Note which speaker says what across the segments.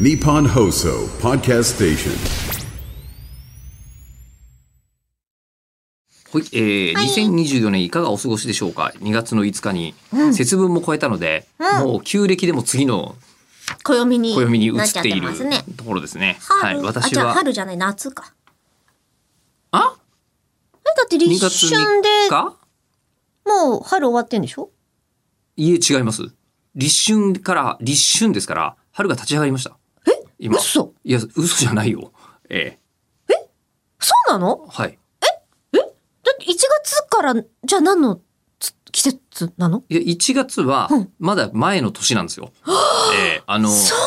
Speaker 1: Nippon Hoso Podcast Station.
Speaker 2: はい、えー2024年いかがお過ごしでしょうか2月の5日に節分も超えたので、もう旧暦でも次の
Speaker 3: 暦に
Speaker 2: 暦に移
Speaker 3: なっちゃ
Speaker 2: っている
Speaker 3: ますね。
Speaker 2: ところですね。はい、
Speaker 3: 春、あ、
Speaker 2: 私
Speaker 3: じゃあ
Speaker 2: は。
Speaker 3: 春じゃない、夏か。
Speaker 2: あ
Speaker 3: え、だって
Speaker 2: 2
Speaker 3: 立
Speaker 2: 月
Speaker 3: 春で、
Speaker 2: 3日
Speaker 3: もう春終わってんでしょ
Speaker 2: いえ、違います。立春から、立春ですから、春が立ち上がりました。
Speaker 3: え
Speaker 2: 今。
Speaker 3: 嘘
Speaker 2: いや、嘘じゃないよ。え
Speaker 3: そうなの
Speaker 2: えはい。
Speaker 3: だって1月から、じゃあ何のつ季節なの
Speaker 2: いや、1月は
Speaker 3: うん、
Speaker 2: まだ前の年なんですよ。ええあの、
Speaker 3: そう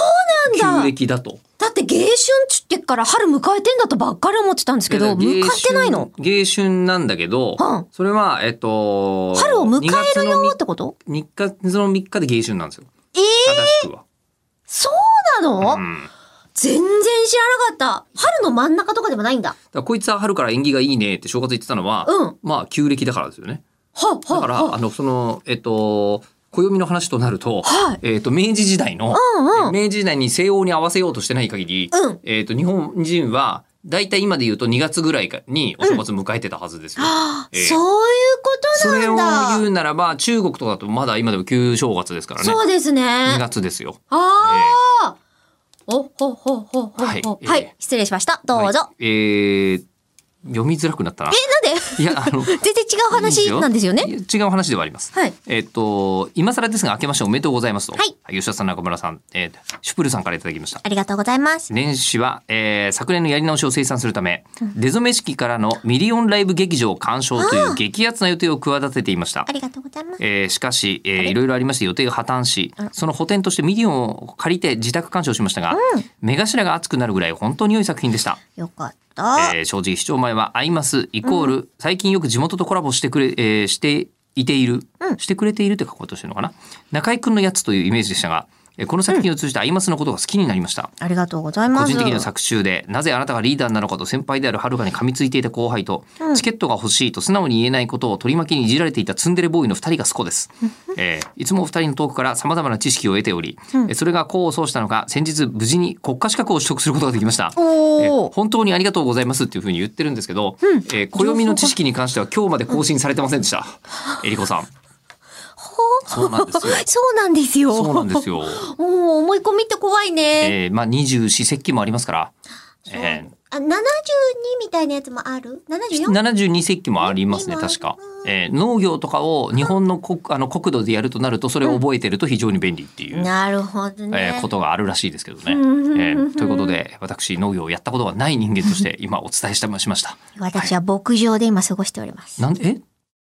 Speaker 3: なんだ
Speaker 2: 旧暦だと。
Speaker 3: だって芸春つってっから春迎えてんだとばっかり思ってたんですけ
Speaker 2: い
Speaker 3: ど、
Speaker 2: やだから
Speaker 3: 迎え
Speaker 2: 迎
Speaker 3: てないの
Speaker 2: 春迎春なんだけど、
Speaker 3: うん
Speaker 2: それは、えっと、
Speaker 3: 春を迎
Speaker 2: 2
Speaker 3: え
Speaker 2: 月
Speaker 3: る
Speaker 2: の
Speaker 3: よ
Speaker 2: み
Speaker 3: ってこと
Speaker 2: 3日、その3日で迎春なんですよ。
Speaker 3: ええ
Speaker 2: 正しくは。
Speaker 3: そうなの、
Speaker 2: うん。だか
Speaker 3: 全然知らなかった。春の真ん中とかでもないんだ。
Speaker 2: らこいつは春から縁起がいいねって正月言ってたのは、
Speaker 3: うん
Speaker 2: まあ、旧暦だからですよね。
Speaker 3: はあ、
Speaker 2: だ
Speaker 3: は
Speaker 2: か
Speaker 3: あ、
Speaker 2: ら、
Speaker 3: は
Speaker 2: あの、その、えっと、暦の話となると、
Speaker 3: はい
Speaker 2: えっと、明治時代の、
Speaker 3: あうんうん。
Speaker 2: 明治時代に西欧に合わせようとしてない限り、
Speaker 3: うん
Speaker 2: えっと、日本人は、大体今で言うと2月ぐらいにお正月迎えてたはずですよ。
Speaker 3: あ
Speaker 2: ええ
Speaker 3: そういうこと
Speaker 2: それを
Speaker 3: な
Speaker 2: 言
Speaker 3: んだ。
Speaker 2: うならば、中国とかだとまだ今でも旧正月ですからね。
Speaker 3: そうですね
Speaker 2: 2。月ですよ。
Speaker 3: ああ、おほほほほほ。
Speaker 2: は
Speaker 3: はいい、
Speaker 2: ええ
Speaker 3: 失礼しました。どうぞ。
Speaker 2: はいえー、読みづらくなったな。
Speaker 3: え、なんで
Speaker 2: いや、あの、
Speaker 3: 全然違う話なんですよね。
Speaker 2: いい違う話ではあります。
Speaker 3: はい
Speaker 2: えっと、今更ですが、明けましておめでとうございますと。
Speaker 3: はい
Speaker 2: 吉田さん、中村さん、えー、シュプルさんからいただきました。
Speaker 3: ありがとうございます。
Speaker 2: 年始は、えー昨年のやり直しを生産するため、出初め式からのミリオンライブ劇場鑑賞という激アツな予定を企てていました
Speaker 3: あ。りがとうございます。
Speaker 2: えーしかし、えーいろいろありまして予定が破綻し、その補填としてミリオンを借りて自宅鑑賞しましたが、目頭が熱くなるぐらい本当に良い作品でした。
Speaker 3: よかった。
Speaker 2: えー正直視聴前は「アイマス」イコール、最近よく地元とコラボしてくれ、えーしていている、してくれているって書こうとしてるのかな中居君のやつというイメージでしたがえーこの作品を通じて「アイマス」のことが好きになりました、
Speaker 3: ありがとうございます。
Speaker 2: 個人的には作中でなぜあなたがリーダーなのかと先輩であるはるかに噛みついていた後輩と、チケットが欲しいと素直に言えないことを取り巻きにいじられていたツンデレボーイの2人がそこです、えーいつもお二人のトークからさまざまな知識を得ており、えーそれが功を奏したのか先日無事に国家資格を取得することができましたえ
Speaker 3: お
Speaker 2: ー
Speaker 3: お。
Speaker 2: 本当にありがとうございますっていうふうに言ってるんですけど、えー暦の知識に関しては今日まで更新されてませんでした。えりこさん。そうなんですよ。
Speaker 3: そうな
Speaker 2: そうなん
Speaker 3: んですよ。
Speaker 2: ですよ。
Speaker 3: おお、思い込みって怖いね。
Speaker 2: えー、まあ二十四節気もありますから、え
Speaker 3: あ、七十二みたいなやつもある？七十
Speaker 2: ー、
Speaker 3: 四？
Speaker 2: 七十二節気もありますね確か。えー、農業とかを日本の国 あの国土でやるとなるとそれを覚えてると非常に便利っていう。
Speaker 3: なるほど
Speaker 2: え
Speaker 3: ね。
Speaker 2: ーことがあるらしいですけどね。え
Speaker 3: うん
Speaker 2: ーということで私農業をやったことがない人間として今お伝えしたしました。
Speaker 3: 私は牧場で今過ごしております。
Speaker 2: なんでえ